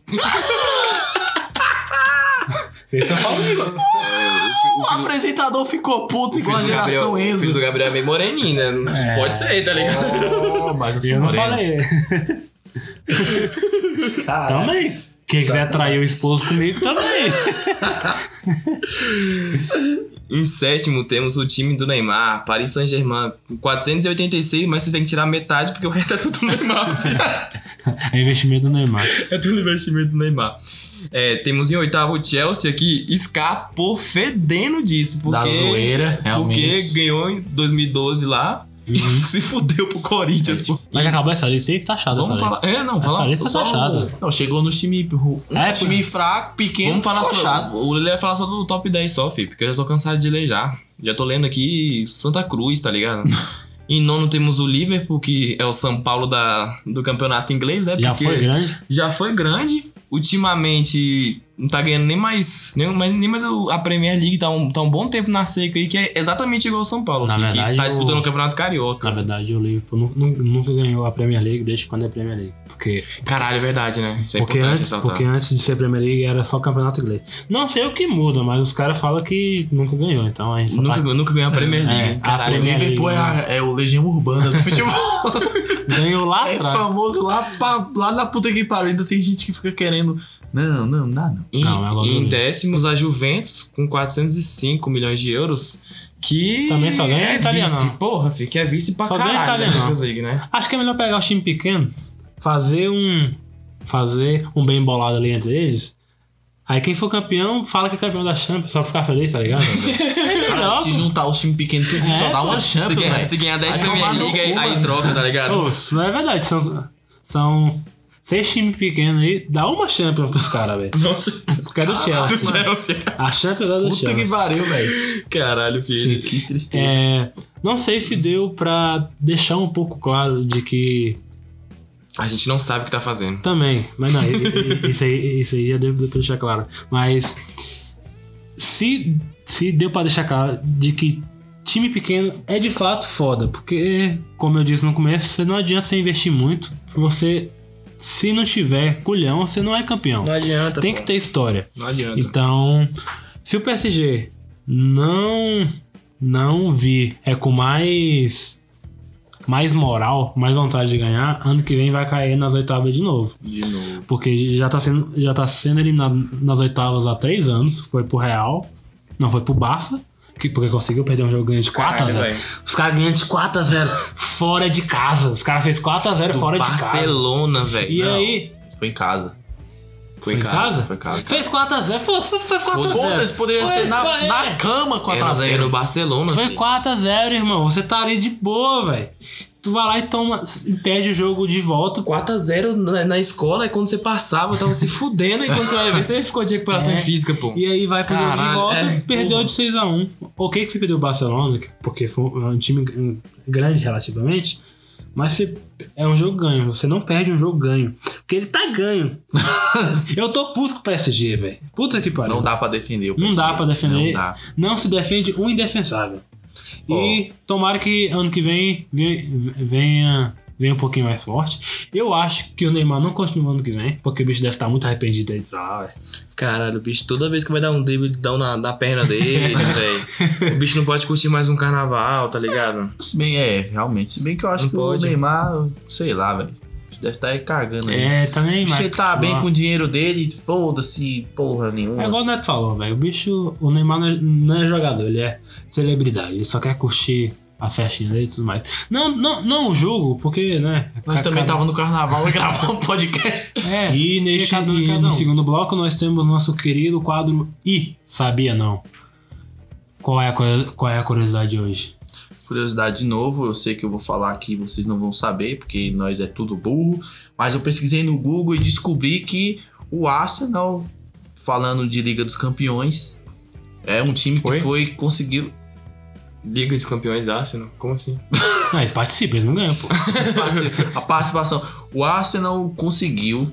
B: Vocês estão falando.
C: O apresentador ficou puto igual a geração
A: o filho
C: Enzo.
A: do Gabriel é meio moreninho, né?
B: É.
A: Pode ser, tá ligado?
C: Oh, mas
B: Eu não falei.
C: Então,
B: Também. Quem quiser trair o esposo comigo também.
A: Em sétimo, temos o time do Neymar, Paris Saint-Germain, com 486, mas você tem que tirar metade porque o resto é tudo Neymar. [laughs] filho.
B: É investimento do Neymar.
A: é tudo investimento do Neymar. É, temos em oitavo o Chelsea que escapou fedendo disso,
C: Da
A: porque,
C: zoeira,
A: porque
C: realmente.
A: ganhou em 2012 lá e [laughs] se fudeu pro Corinthians. pô.
B: Mas já acabou essa lista aí que tá achada
A: Vamos
B: essa
A: falar.
B: lista.
A: É, não,
B: Essa
A: falar.
B: lista tá achada.
C: Não, chegou no time, ru- um
B: É,
C: time fraco, pequeno,
A: Vamos falar
C: ficou
A: só.
C: chato.
A: O Lele vai falar só do top 10 só, filho, porque eu já tô cansado de ler já. Já tô lendo aqui Santa Cruz, tá
B: [laughs]
A: ligado? em nono temos o Liverpool, que é o São Paulo da, do campeonato inglês, né?
B: Já
A: porque
B: foi grande.
A: já foi grande. Ultimamente não tá ganhando nem mais. Nem, mais- nem mais o- a Premier League tá um, tá um bom tempo na seca aí, que é exatamente igual o São Paulo,
B: Na
A: filho,
B: verdade,
A: que tá
B: o-
A: disputando o Campeonato
B: Na
A: Carioca.
B: verdade, o Liverpool nu- nu- nunca ganhou a Premier League desde quando é Premier League. Porque,
A: Caralho, é verdade, né? Isso é
B: porque,
A: importante
B: antes,
A: ressaltar.
B: porque antes de ser Premier League era só campeonato inglês. Não sei o que muda, mas os caras falam que nunca ganhou. Então a gente só
A: Nunca, nunca ganhou a Premier League.
B: É, a
A: Caralho,
C: O
B: Premier League,
C: Liverpool é, a- é o Legião Urbana [laughs] do futebol.
B: tá... ganhou lá
C: é
B: atrás.
C: famoso lá, pra, lá na puta que pariu. Ainda tem gente que fica querendo. Não, não, não dá não.
A: Em,
B: Não, é logo
A: em
B: ali.
A: décimos, a Juventus, com 405 milhões de euros, que.
B: Também só ganha
A: é
B: italiano.
A: Vice, porra, filho, que é vice pra
B: Só ganha
A: caralho
B: italiano.
A: da Champions League, né?
B: Acho que é melhor pegar o time pequeno, fazer um. Fazer um bem bolado ali entre eles. Aí quem for campeão, fala que é campeão da Champions, só pra ficar feliz, tá
C: [laughs]
B: ligado? É
C: Cara,
B: melhor,
C: Ah, se juntar os times pequenos, tudo
B: É,
C: só dá uma
A: Se-
C: chance,
A: se, ganhar,
C: velho.
A: se ganhar 10
C: Vai
A: Premier
C: tomar no
A: League, aí,
C: cu,
A: aí
C: mano.
A: troca, tá ligado?
B: um Ô, isso não é verdade, são, são seis times pequenos aí, dá uma Champions pros caras, velho.
A: Nossa,
B: Os caras do
A: do
B: Chelsea.
A: Chelsea.
B: A Champions é do
C: Puta que
B: Chelsea.
C: pariu, velho.
A: Caralho, filho.
C: Que tristeza.
B: É, não sei se deu pra deixar um pouco claro de que.
A: A gente não sabe o que tá fazendo.
B: Também, mas não, i- i- isso aí, isso aí já deu pra deixar claro. Mas. Se, se deu pra deixar claro de que time pequeno é de fato foda, porque, como eu disse no começo, você não adianta você investir muito, você. Se não tiver culhão, você não é campeão.
C: tá
A: adianta.
B: Tem que ter história.
A: Não adianta.
B: Então, se o PSG não não vir é com mais mais moral, mais vontade de ganhar, ano que vem vai cair nas oitavas de novo,
C: De novo.
B: porque já tá sendo já tá sendo eliminado nas oitavas há três anos, foi pro Real, não foi pro Barça que- porque conseguiu perder um jogo ganhando de 4x0.
A: velho.
B: Os caras ganhando de 4x0 fora de casa. Os caras fez 4x0
C: Do
B: É fora de casa.
C: Barcelona, velho.
B: E
A: É
C: Não,
B: aí,
C: Foi em casa.
B: foi em casa?
C: Foi em casa.
B: Fez 4x0, foi, foi, foi 4x0.
C: Tá Foda-se, poderia
B: Foi,
C: ser na,
B: foi,
C: na
B: é.
C: cama com a
A: Era
C: traseira.
A: zero Barcelona,
B: Foi
A: filho.
B: 4x0, irmão. Você tá ali de boa, velho. Tu vai lá e toma, e perde o jogo de volta.
A: 4x0 na, na escola, e quando você passava, eu tava se fudendo, e quando você vai ver, você ficou de recuperação
B: É.
A: física, pô.
B: E aí vai pro jogo de
A: Caralho,
B: volta
A: é,
B: e perdeu de 6x1. Ok que você perdeu o Barcelona, porque foi um um time g- grande relativamente, mas você- é um jogo ganho. Você não perde um jogo ganho. Porque ele tá ganho. Eu tô puto com o PSG, velho. Puta que pariu.
C: Não
B: Não,
C: dá pra defender. o
B: Não dá
C: PSG.
B: pra defender.
C: Não dá.
B: se defende um indefensável. E tomara que ano que vem ve- ve- venha, venha um pouquinho mais forte. Eu acho que o Neymar não continua ano que vem, porque o bicho deve estar muito arrependido aí de lá, velho.
A: Caralho, o bicho, toda vez que vai dar um drible, dá um na, na perna [laughs] dele, velho. O bicho não pode curtir mais um carnaval, tá ligado?
C: Se bem, é, realmente. Se bem que eu acho
A: Não
C: que
A: pode.
C: o Neymar, sei lá, velho. Deve estar aí cagando. aí.
B: É, tá nem mais.
C: Você tá bem
B: Não.
C: com o dinheiro dele, foda-se, porra nenhuma.
B: É igual o Neto falou, velho. O bicho, o Neymar não é, não é jogador, ele é celebridade. Ele só quer curtir a festinha dele e tudo mais. Não, não, não o julgo, porque, né?
C: Nós
B: ca-
C: também
B: cada-
C: tava no carnaval e gravamos um podcast.
B: É, e neste,
A: cada um é
B: e
A: cada
B: no
A: um.
B: segundo bloco nós temos nosso querido quadro I, sabia não? Qual é a, cu- qual é a curiosidade de hoje?
C: Curiosidade de novo, eu sei que eu vou falar aqui, vocês não vão saber, porque nós é tudo burro. Mas eu pesquisei no Google e descobri que o Arsenal, falando de Liga dos Campeões, é um time que
A: Oi?
C: foi conseguiu
A: Liga dos Campeões Arsenal? Como assim?
B: Não, eles participam, eles não ganham, [laughs] pô.
C: a participação. O Arsenal conseguiu.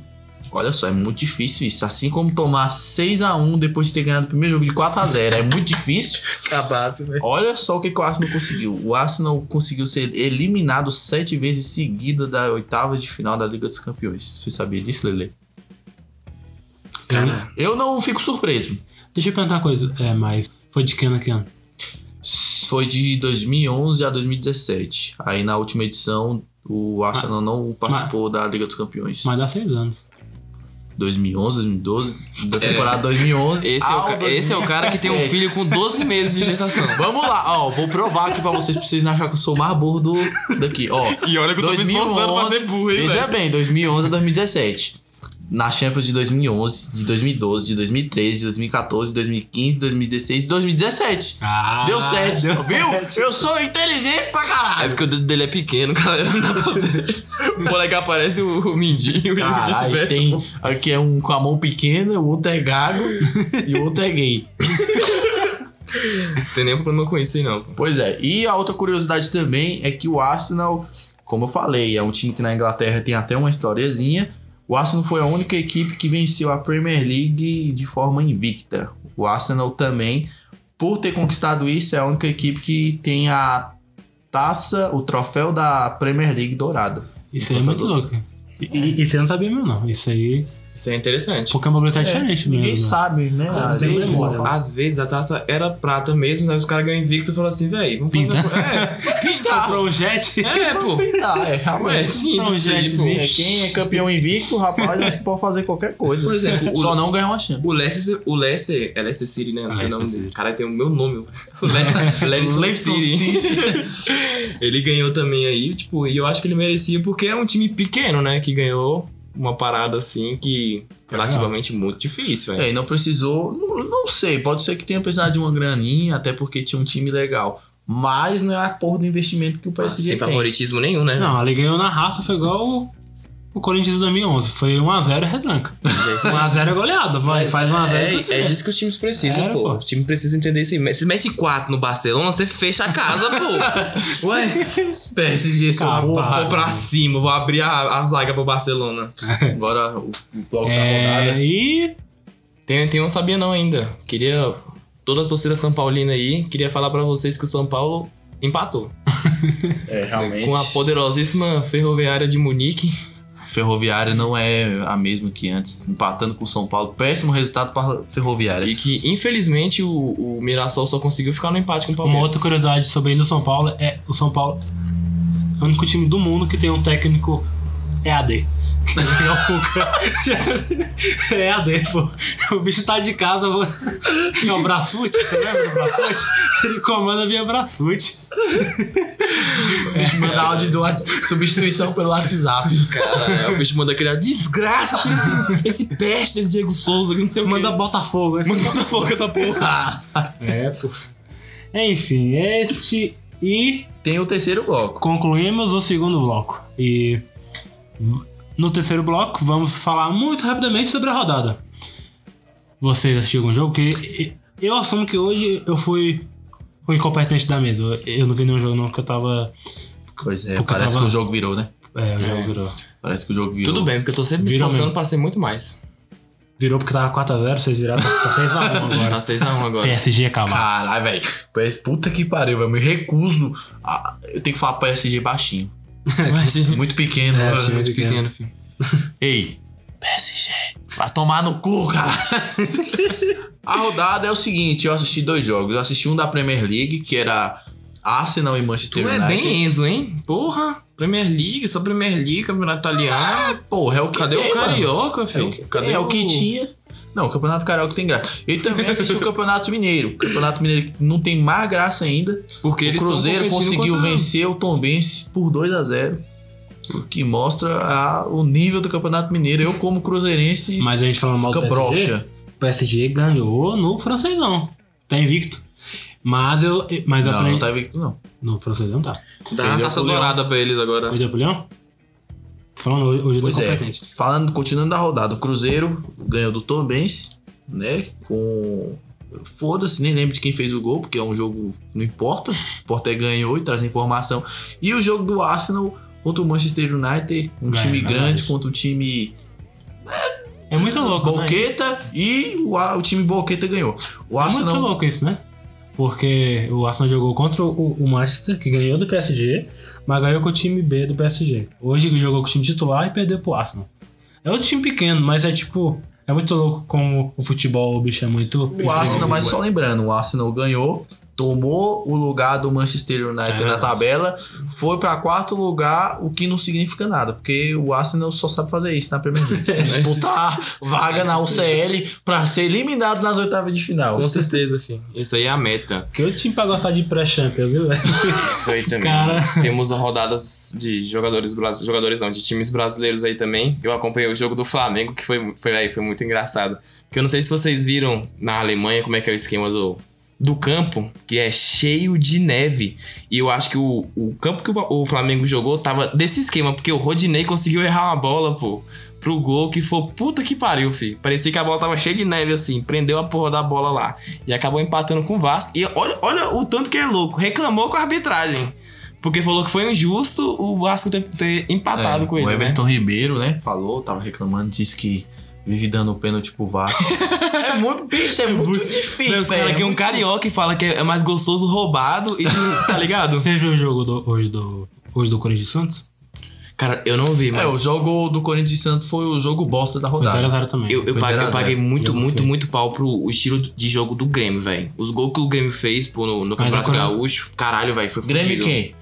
C: Olha só, é muito difícil isso. Assim como tomar 6 a 1 depois de ter ganhado o primeiro jogo de 4 a 0 é muito difícil.
D: Tá
A: Cabaço, velho.
C: Olha só o que, que o Arsenal conseguiu. O Arsenal conseguiu ser eliminado sete vezes seguida da oitava de final da Liga dos Campeões. Você sabia disso, Lele?
A: Cara,
C: Eu não fico surpreso.
B: Deixa eu perguntar uma coisa, é, mas foi de que ano a que ano?
C: Foi de 2011 a 2017. Aí na última edição o Arsenal não participou da Liga dos Campeões.
B: Mas dá seis anos.
C: 2011, 2012, da temporada 2011.
A: É. esse é, o,
C: ao
A: ca- esse [laughs] é o cara que tem um
C: 2017.
A: filho com 12 meses de
C: [laughs]
A: gestação.
C: Vamos lá, ó, vou provar aqui pra vocês, pra vocês não acharem que eu sou o mais burro do, daqui, ó.
A: E olha
C: que eu tô me esforçando pra ser
A: burro,
C: Veja bem, 2011 a 2017. Na Champions de 2011, de 2012, de 2013, de 2014, de 2015, 2016, de 2017.
B: Ah,
C: deu 7,
B: deu
C: viu?
B: sete.
C: Eu sou inteligente pra
A: É
C: caralho.
A: porque o dedo dele é pequeno, [laughs] cara. Não dá pra ver. O moleque aparece o, o mindinho e
C: Caralho,
A: vice-versa.
C: tem. Aqui é um com a mão pequena, o outro é gago e o outro é gay.
A: Não tem nenhum problema com isso aí, não.
C: Pois é, e a outra curiosidade também é que o Arsenal, como eu falei, é um time que na Inglaterra tem até uma historiazinha. O Arsenal foi a única equipe que venceu a Premier League de forma invicta. O Arsenal também, por ter conquistado isso, é a única equipe que tem a taça, o troféu da Premier League dourada.
B: Isso aí é muito louco. E- E, e você não sabia mesmo, não. Isso aí.
A: Isso é interessante.
B: Porque o bagulho tá diferente,
C: Ninguém
B: mesmo, né?
C: sabe, né?
A: Às
B: Ah, tem
A: vezes,
B: memória.
A: às vezes a taça era prata mesmo, aí os caras ganham invicto e falam assim, véi, vamos fazer
B: Pinta.
A: uma coisa.
B: Comprou um jet.
A: É, é, pô.
B: né?
C: Ah, é,
B: [laughs]
A: É
C: realmente.
A: simples tipo- isso aí, pô.
C: É, quem é campeão invicto, rapaz, acho que pode fazer qualquer coisa.
A: Por exemplo, o,
C: Só não ganhar uma chance.
A: o Leicester, o Leicester, é Leicester City, né? Não sei o nome
B: Leicester
A: dele.
B: City.
A: Cara, tem o meu nome. [laughs] Le, Leicester
C: Leicester
A: City. ele ganhou também aí, tipo, e eu acho que ele merecia porque é um time pequeno, né? Que ganhou uma parada assim que relativamente muito difícil, velho.
C: É, e não precisou, não, não sei, pode ser que tenha precisado de uma graninha, até porque tinha um time legal. Mas não é a porra do investimento que o
A: Ah,
C: PSG
A: Sem
C: tem. [laughs]
A: favoritismo nenhum, né?
B: Não, ele ganhou na raça, foi igual o, o Corinthians de 2011. Foi 1x0 e retranca. 1x0 é goleada, vai, faz 1x0 e
A: É, é
B: retranca.
A: disso que os times precisam,
B: Era,
A: pô.
B: pô.
A: O time precisa entender isso aí. Mas Se mete 4 no Barcelona, você fecha a casa, [laughs] pô. Ué,
C: PSG é só
B: Capaz.
C: porra.
A: vou pra cima, vou abrir a, a zaga pro Barcelona.
C: Agora o o Um bloco da rodada.
B: É, e
A: Tem, tem um sabia não ainda. Queria. Toda a torcida São Paulina aí, queria falar pra vocês que o São Paulo empatou.
C: É, realmente.
A: Com a poderosíssima ferroviária de Munique.
C: Ferroviária não é a mesma que antes, empatando com o São Paulo. Péssimo resultado para Ferroviária. [laughs]
A: E que, infelizmente, o, o Mirassol só conseguiu ficar no empate com o
B: uma
A: Palmeiras.
B: outra curiosidade sobre ainda o São Paulo é o São Paulo é o único time do mundo que tem um técnico EAD. Pegar o Cuca. [laughs] É a dele, pô. O bicho tá de casa. Vou... Não, Brasfute, você lembra do Brasfute? Ele comanda via Brasfute.
C: O bicho manda áudio do [laughs] WhatsApp, substituição pelo WhatsApp.
D: Cara, é, o bicho manda criar desgraça, tira esse, esse peste desse Diego Souza, que não sei o
B: Manda Botafogo. né?
D: quê. Manda Botafogo essa porra.
B: É, pô. É, Enfim, este e
C: Tem o terceiro bloco.
B: concluímos o segundo bloco. E no terceiro bloco vamos falar muito rapidamente sobre a rodada. Vocês assistiram algum jogo? Que eu assumo que hoje eu fui o incompetente da mesa. Eu não vi nenhum jogo não porque eu tava.
C: Pois é,
B: Porque
C: parece
B: tava-
C: que o jogo virou, né?
B: É, o jogo
D: É.
B: virou.
C: Parece que o jogo virou.
D: Tudo bem, porque eu tô sempre me
B: Virou
D: esforçando
A: um
B: mesmo.
D: pra ser muito mais.
B: Virou porque tava 4x0, vocês viraram
C: [laughs]
B: pra 6x1 agora.
D: Tá 6x1 agora.
B: PSG acabar.
C: Caralho, velho. PS- Puta que pariu, velho. Me recuso. a- Eu tenho que falar PSG baixinho.
D: [laughs] Imagina.
C: Muito pequeno.
B: É,
C: mano.
B: time
D: Muito
B: pequeno.
D: pequeno, filho.
C: Ei, PSG. Vai tomar no cu, cara. A rodada é o seguinte: eu assisti dois jogos. Eu assisti um da Premier League, que era Arsenal e
D: Tu
C: Manchester
D: é
C: United.
D: bem Enzo, hein? Porra. Premier League, só Premier League, campeonato italiano.
C: Porra, é o que
D: Cadê
C: tem,
D: o
C: mano?
D: Carioca,
C: É o
D: filho?
C: que-
D: Cadê
C: é o que tinha. Não, o Campeonato Carioca tem graça. E também assisti
D: [laughs]
C: o Campeonato Mineiro. O Campeonato Mineiro que não tem mais graça ainda.
D: Porque eles
C: o
D: tão
C: Cruzeiro
D: competindo
C: conseguiu
D: contra-
C: vencer o Tombense por 2 a 0 o que mostra a- o nível do Campeonato Mineiro. Eu, como cruzeirense,
B: Mas a gente falando mal do
C: fica
B: PSG.
C: broxa.
B: O PSG ganhou no francesão. Tá invicto. Mas eu. Mas eu
C: Não, não
B: aprendi.
C: tá invicto, não.
B: No francesão tá.
D: Dá a
C: Perdeu
D: taça
C: pro Leão.
D: dourada pra eles agora.
B: Perdeu pro Leão? Tô falando hoje, hoje do
C: Pois é.
B: incompetente.
C: Falando, continuando da rodada, o Cruzeiro ganhou do Tombense, né? Com. Foda-se, nem lembro de quem fez o gol, porque é um jogo. Não importa. O Porto é ganhou e traz informação. E o jogo do Arsenal contra o Manchester United, um
B: Ganha,
C: time
B: na
C: grande
B: verdade.
C: contra o time
B: É muito louco, né?
C: Boqueta e o, a- o time Boqueta ganhou. O
B: É muito
C: Arsenal.
B: louco isso, né? Porque o Arsenal jogou contra o, o Manchester, que ganhou do PSG, mas ganhou com o time B do PSG. Hoje ele jogou com o time titular e perdeu pro Arsenal. É outro time pequeno, mas é tipo. É muito louco como o futebol, o bicho é muito.
C: O Arsenal, mas só lembrando, o Arsenal ganhou, tomou o lugar do Manchester United
B: É.
C: na tabela, foi pra quarto lugar, o que não significa nada, porque o Arsenal só sabe fazer isso na Premier
D: [laughs]
C: League. Disputar vaga na UCL pra ser eliminado nas oitavas de final.
D: Com certeza, filho. Isso aí é a meta.
B: Que outro time pra gostar de pré-champion, viu? velho?
D: Isso aí também.
B: Cara.
D: Temos rodadas de jogadores brasileiros. Jogadores não, de times brasileiros aí também. Eu acompanhei o jogo do Flamengo, que foi, mu- foi, aí, foi muito engraçado. Porque eu não sei se vocês viram na Alemanha como é que é o esquema do, do campo, que é cheio de neve. E eu acho que o, o campo que o, o Flamengo jogou tava desse esquema, porque o Rodinei conseguiu errar uma bola, pô. Pro gol que foi puta que pariu, filho. Parecia que a bola tava cheia de neve assim. Prendeu a porra da bola lá. E acabou empatando com o Vasco. E olha, olha o tanto que é louco. Reclamou com a arbitragem. Porque falou que foi injusto o Vasco ter, ter empatado
C: É,
D: com ele.
C: o
D: né?
C: Everton Ribeiro, né? Falou, tava reclamando, disse que vive dando pênalti pro
D: [laughs]
C: Vasco. é muito, bicho, é muito difícil.
D: Não, os caras
C: velho,
D: aqui é um
C: muito-
D: carioca e fala que é mais gostoso roubado e tu- tá ligado?
B: Você viu o jogo do- hoje do. Hoje do Corinthians e Santos?
D: Cara, eu não vi,
C: É, o
D: mas. Então,
C: jogo do Corinthians e Santos foi o jogo bosta da
B: Foi
C: rodada.
B: 0x0 também.
D: eu, eu
C: foi
D: paguei, eu
C: 0 a 0.
D: paguei muito,
B: Jogo
D: muito,
B: feio.
D: muito pau pro o estilo de jogo do Grêmio, velho. Os gols que o Grêmio fez pô, no, no Campeonato
B: agora-
D: Gaúcho, caralho, velho, foi
C: Grêmio
D: fudido.
C: quem?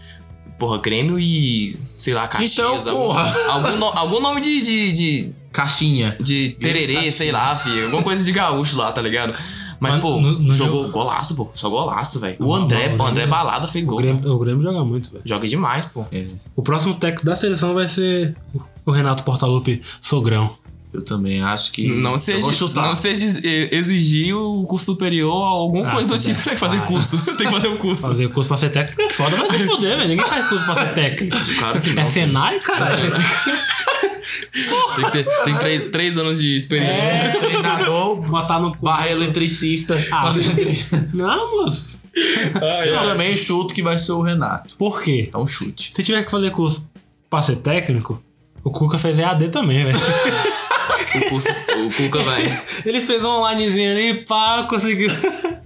D: Porra, Grêmio e. sei lá, Caxias.
C: Então,
D: algum-
C: porra.
D: [laughs] Algum, no- algum nome de. de, de,
C: Caixinha.
D: de tererê, sei lá, filho. Alguma coisa de gaúcho lá, tá ligado? Mas,
B: Mas
D: pô,
B: no- no
D: jogou golaço, pô. Só golaço, velho. O
B: Não,
D: André,
B: não,
D: o André
B: Grêmio-
D: Balada fez
B: né? O
D: gol.
B: Grêmio, o Grêmio joga muito, velho.
D: Joga demais, pô.
B: O próximo técnico da seleção vai ser o Renato Portaluppi Sogrão.
C: Eu também acho que.
D: Não
C: eu
D: seja,
C: vou chutar.
D: não seja ex- exigir o curso superior a [laughs] alguma
B: Ah,
D: coisa do
B: tá
D: tipo.
B: bem.
D: Tem que fazer
B: Ah,
D: curso. Tem que fazer um curso.
B: Fazer curso pra ser técnico é foda, mas se foder, velho. Ninguém faz curso pra ser técnico.
D: Claro que
B: É Senai, caralho?
D: Tem, que ter- tem três, três anos de experiência.
C: É, treinador,
B: Botar no cu.
C: barra eletricista.
B: Ah,
C: barra eletricista.
B: Não, moço.
C: eu também chuto que vai ser o Renato.
B: Por quê?
C: É um chute.
B: Se tiver que fazer curso pra ser técnico, o Cuca fez EAD também, velho.
D: O, curso, o Cuca
B: [laughs]
D: vai.
B: Ele fez um onlinezinho ali, pá, conseguiu.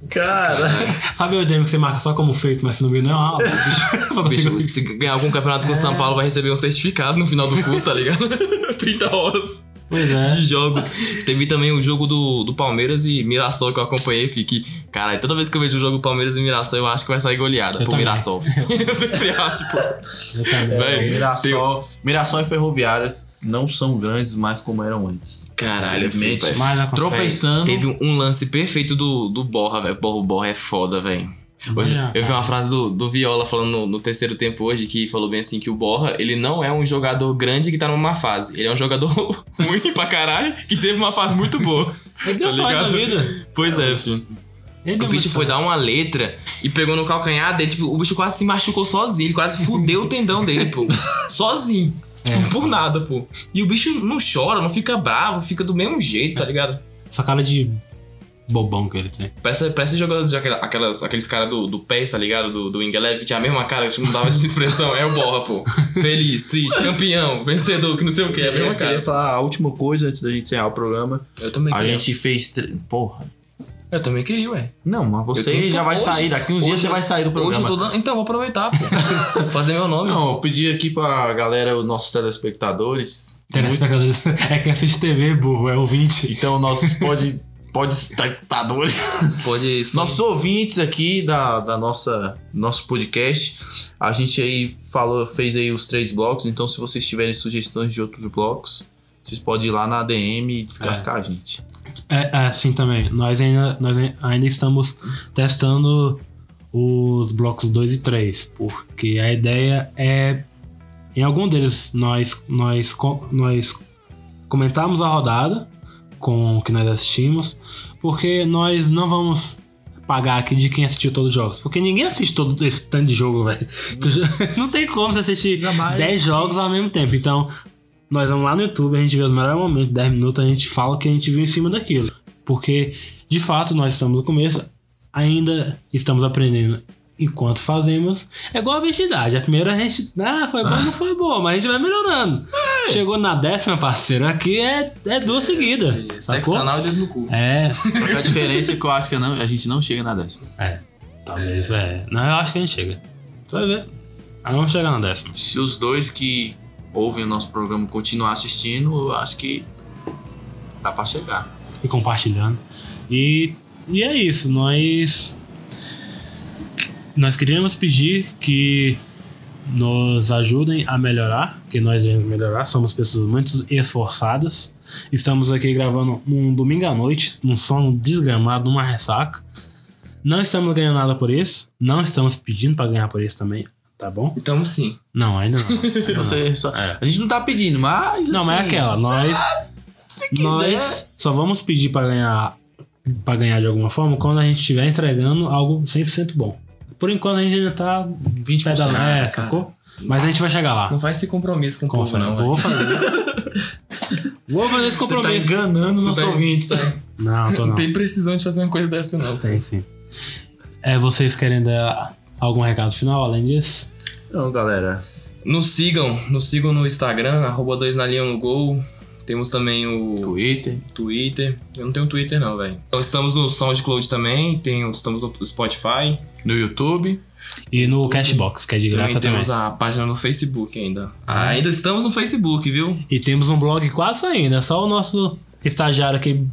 C: Cara.
B: Sabe o demo que você marca só como feito, mas você não viu nem uma assim. aula? bicho? Pra conseguir
D: Bicho, se ganhar algum campeonato com o
B: Ah.
D: São Paulo, vai receber um certificado no final do curso, tá ligado? [laughs] 30 horas
B: Pois é.
D: de jogos. Teve também o jogo do, do Palmeiras e Mirassol que eu acompanhei. Fiquei. Caralho, toda vez que eu vejo o jogo do Palmeiras e Mirassol, eu acho que vai sair goleada
B: Eu
D: pro
B: também. [laughs]
D: [laughs] Mirassol. eu sempre acho, pô.
B: Eu também.
D: Véi.
C: Mirassol. Mirassol e Ferroviária. não são grandes mais como eram antes.
A: Caralho,
C: Infelizmente,
A: filho,
B: Mas é acontece.
C: Tropeçando.
A: Teve um, um lance perfeito do, do Borra, velho. Porra, o Borra é foda, velho. Hoje,
B: Olha,
A: eu vi
B: cara.
A: uma frase do, do Viola falando no, no terceiro tempo hoje que falou bem assim que o Borra, ele não é um jogador grande que tá numa má fase. Ele é um jogador [laughs] ruim pra caralho que teve uma fase muito boa.
B: Ele deu
A: tá
B: sorte na
A: ligado?
B: vida.
A: Pois é, filho.
B: Ele
A: O
B: deu
A: bicho
B: muito
A: foi
B: sorte.
A: dar uma letra e pegou no calcanhar dele. Tipo, o bicho quase se machucou sozinho. Ele quase fudeu o tendão dele, pô. Sozinho.
B: É.
A: Tipo, por nada, pô. E o bicho não chora, não fica bravo, fica do mesmo jeito, tá ligado?
B: Essa É, cara de bobão que ele tem.
A: Parece, parece jogador de aquela- aquelas, aqueles caras do, do PES, tá ligado? Do, do Ingelev, que tinha a mesma cara, tipo, mudava de [laughs] expressão. É o Borra, pô. Feliz, triste, campeão, vencedor, que não sei o que. É a mesma
C: eu queria
A: cara.
C: falar a última coisa antes da gente encerrar o programa.
A: Eu também
C: A gente fez. tre- Porra.
A: Eu também queria, ué.
C: Não, mas
A: Eu
C: você
A: tô-
C: já vai
A: hoje-
C: sair. Daqui uns dias
A: hoje-
C: você vai sair do
A: Hoje eu
C: programa.
A: tô dando... Então, vou aproveitar, pô. Vou fazer meu nome.
C: Não, eu pedi aqui pra galera, os nossos telespectadores.
B: Telespectadores. [laughs] É que assiste TV, burro, é ouvinte.
C: Então, [laughs] nossos pod, podespectadores.
A: Pode ser.
C: Nossos ouvintes aqui da, da nossa nosso podcast, a gente aí falou, fez aí os três blocos, então se vocês tiverem sugestões de outros blocos, vocês podem ir lá na DM e descascar a gente.
B: É, é, sim também. Nós ainda, nós ai- ainda estamos testando os blocos 2 e 3, porque a ideia é em algum deles nós nós co- nós comentarmos a rodada com o que nós assistimos, porque nós não vamos pagar aqui de quem assistiu todos os jogos, porque ninguém assiste todo esse tanto de jogo, velho. Que o jo- [laughs] Não tem como você assistir
C: Jamais.
B: 10 jogos ao mesmo tempo. Então, nós vamos lá no YouTube, a gente vê os melhores momentos, 10 minutos, a gente fala o que a gente viu em cima daquilo. Porque, de fato, nós estamos no começo, ainda estamos aprendendo enquanto fazemos. É igual a virgindade. A primeira a gente. Ah, foi boa, não foi boa, mas a gente vai melhorando. Chegou na décima, parceiro, aqui é, é duas seguidas.
A: Sexo
B: Sacou?
A: anal e dedo no cu.
B: É,
C: Só que A diferença é que eu acho que não, a gente não chega na décima.
B: talvez, é. Não, eu acho que a gente chega. Tu vai ver. Aí vamos chegar na décima.
C: Se os dois que ouvem o nosso programa continuar assistindo, eu acho que dá pra chegar.
B: e compartilhando. E, e é isso, nós nós queríamos pedir que nos ajudem a melhorar, que nós iremos melhorar, somos pessoas muito esforçadas. Estamos aqui gravando um domingo à noite, num sono desgramado, numa ressaca. Não estamos ganhando nada por isso, não estamos pedindo para ganhar por isso também, tá bom?
A: Então, sim.
B: Não, ainda não. ainda não.
C: Você só-
B: É.
C: A gente não tá pedindo, mas.
B: Não, mas é
C: assim,
B: aquela, nós
C: Se quiser.
B: nós só vamos pedir pra ganhar para ganhar de alguma forma quando a gente estiver entregando algo 100% bom. Por enquanto a gente ainda tá
C: 20%.
B: pedalando, é,
A: cara.
B: sacou? Mas a gente vai chegar lá.
A: Não faz esse compromisso com o
B: Como eu
A: povo,
B: falei,
A: não.
B: vou fazer. vou fazer esse
C: Você tá
B: compromisso.
C: enganando
A: Isso
C: nossos
A: daí-
C: ouvintes.
B: Não, tô
A: Não
B: não.
A: tem precisão de fazer uma coisa dessa, não.
B: Tem sim. É, vocês querem dar algum recado final além disso?
C: Não, galera.
A: Nos sigam, nos sigam no Instagram, arroba 2 na linha no gol. Temos também o
C: Twitter.
A: Twitter. Eu não tenho Twitter, não, velho. Então, estamos no SoundCloud também, tem, estamos no Spotify.
C: No YouTube.
B: E no Cashbox, que é de graça
A: também
B: também.
A: temos a página no Facebook ainda. Ah, ainda estamos no Facebook, viu?
B: E temos um blog quase saindo, é só o nosso estagiário aqui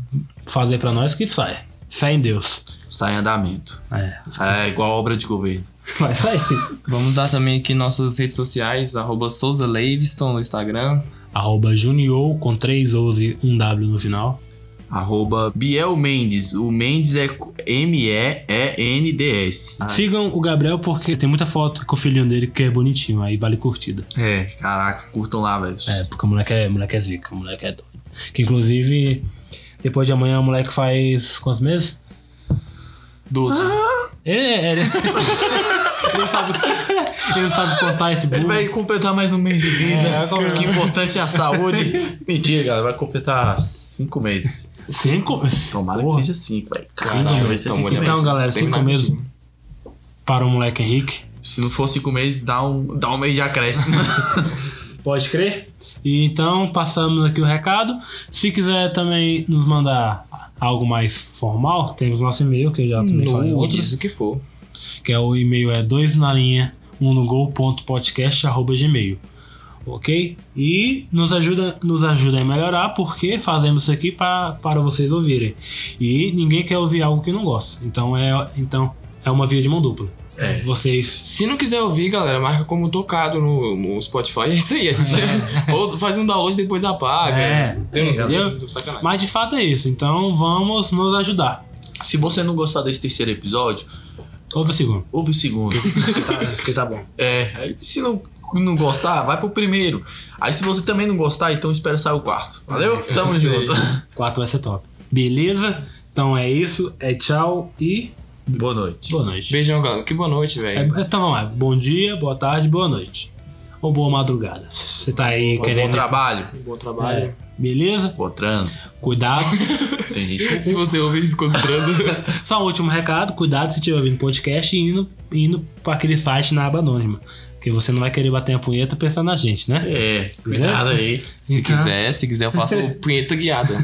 B: fazer pra nós que sai. Fé em Deus.
C: Está em andamento.
B: É,
C: É igual obra de governo.
B: vai sair.
A: Vamos dar também aqui nossas redes sociais, arroba Souza Leiveston no Instagram.
B: arroba junior com 3 ou 1 W no final.
C: Arroba Biel Mendes. O Mendes é M-E-E-N-D-S.
B: Sigam o Gabriel porque tem muita foto com o filhinho dele que é bonitinho, aí vale curtida.
C: É, caraca, curtam lá, velho.
B: É, porque o moleque é, o moleque é zica, o moleque é doido. Que inclusive, depois de amanhã o moleque faz quantos meses?
A: 12.
C: Ah!
B: Ele, ele, [laughs] ele não sabe, ele não sabe contar esse
C: Ele
B: burro.
C: vai completar mais um mês de vida.
B: É, vai completar.
C: o que é importante é a saúde. [laughs] Mentira, galera. Vai completar cinco meses.
B: Cinco,
C: Tomara
B: Porra.
C: que seja cinco, velho.
B: Caralho,
C: Caralho, vai ser
A: então,
C: cinco
A: mulher,
C: meses.
B: Então, galera,
A: Tem
B: cinco
A: mais
B: meses para o moleque Henrique.
C: Se não for cinco meses, dá um, dá um mês de acréscimo. [laughs]
B: Pode crer? E Então, passamos aqui o recado. Se quiser também nos mandar algo mais formal, temos nosso e-mail, que eu já também falei em outros,
A: Nudes, o que for.
B: que é o e-mail é 2 na linha 1 no gol.podcast@gmail. OK? E nos ajuda, nos ajuda a melhorar, porque fazemos isso aqui pra, para vocês ouvirem. E ninguém quer ouvir algo que não gosta. Então é então é uma via de mão dupla.
C: É.
B: Vocês.
A: Se não quiser ouvir, galera, marca como tocado no, no Spotify. [laughs] É isso aí, a gente ou faz um download e depois apaga.
B: É.
A: Denuncia,
B: Eu-
A: sacanagem. [laughs]
B: Mas de fato é isso. Então vamos nos ajudar.
C: Se você não gostar desse terceiro episódio,
B: Ouve o segundo.
C: ouve o [laughs] segundo.
B: [laughs] Porque tá bom.
C: É, se não, não gostar, vai pro primeiro. Aí se você também não gostar, então espera sair o quarto. Valeu? Tamo
A: Isso aí.
C: junto.
B: Quatro vai ser top. Beleza? Então é isso. É tchau e
C: Boa noite.
B: boa noite.
A: Beijão, galera. Que boa noite, velho.
B: É, então vamos lá. Bom dia, boa tarde, boa noite. Ou boa madrugada. Se Você tá aí
C: Bom
B: querendo.
C: trabalho.
A: Bom trabalho.
B: É. Beleza?
C: Bom trânsito. [laughs]
B: Cuidado.
C: Tem gente.
A: Se você ouvir isso quando transa.
B: Só um último recado, cuidado se estiver ouvindo podcast e indo, indo para aquele site na aba anônima. Porque você não vai querer bater a punheta pensando na gente, né?
C: É, cuidado aí.
A: Se
B: Então-
A: quiser, se quiser, eu faço punheta guiada.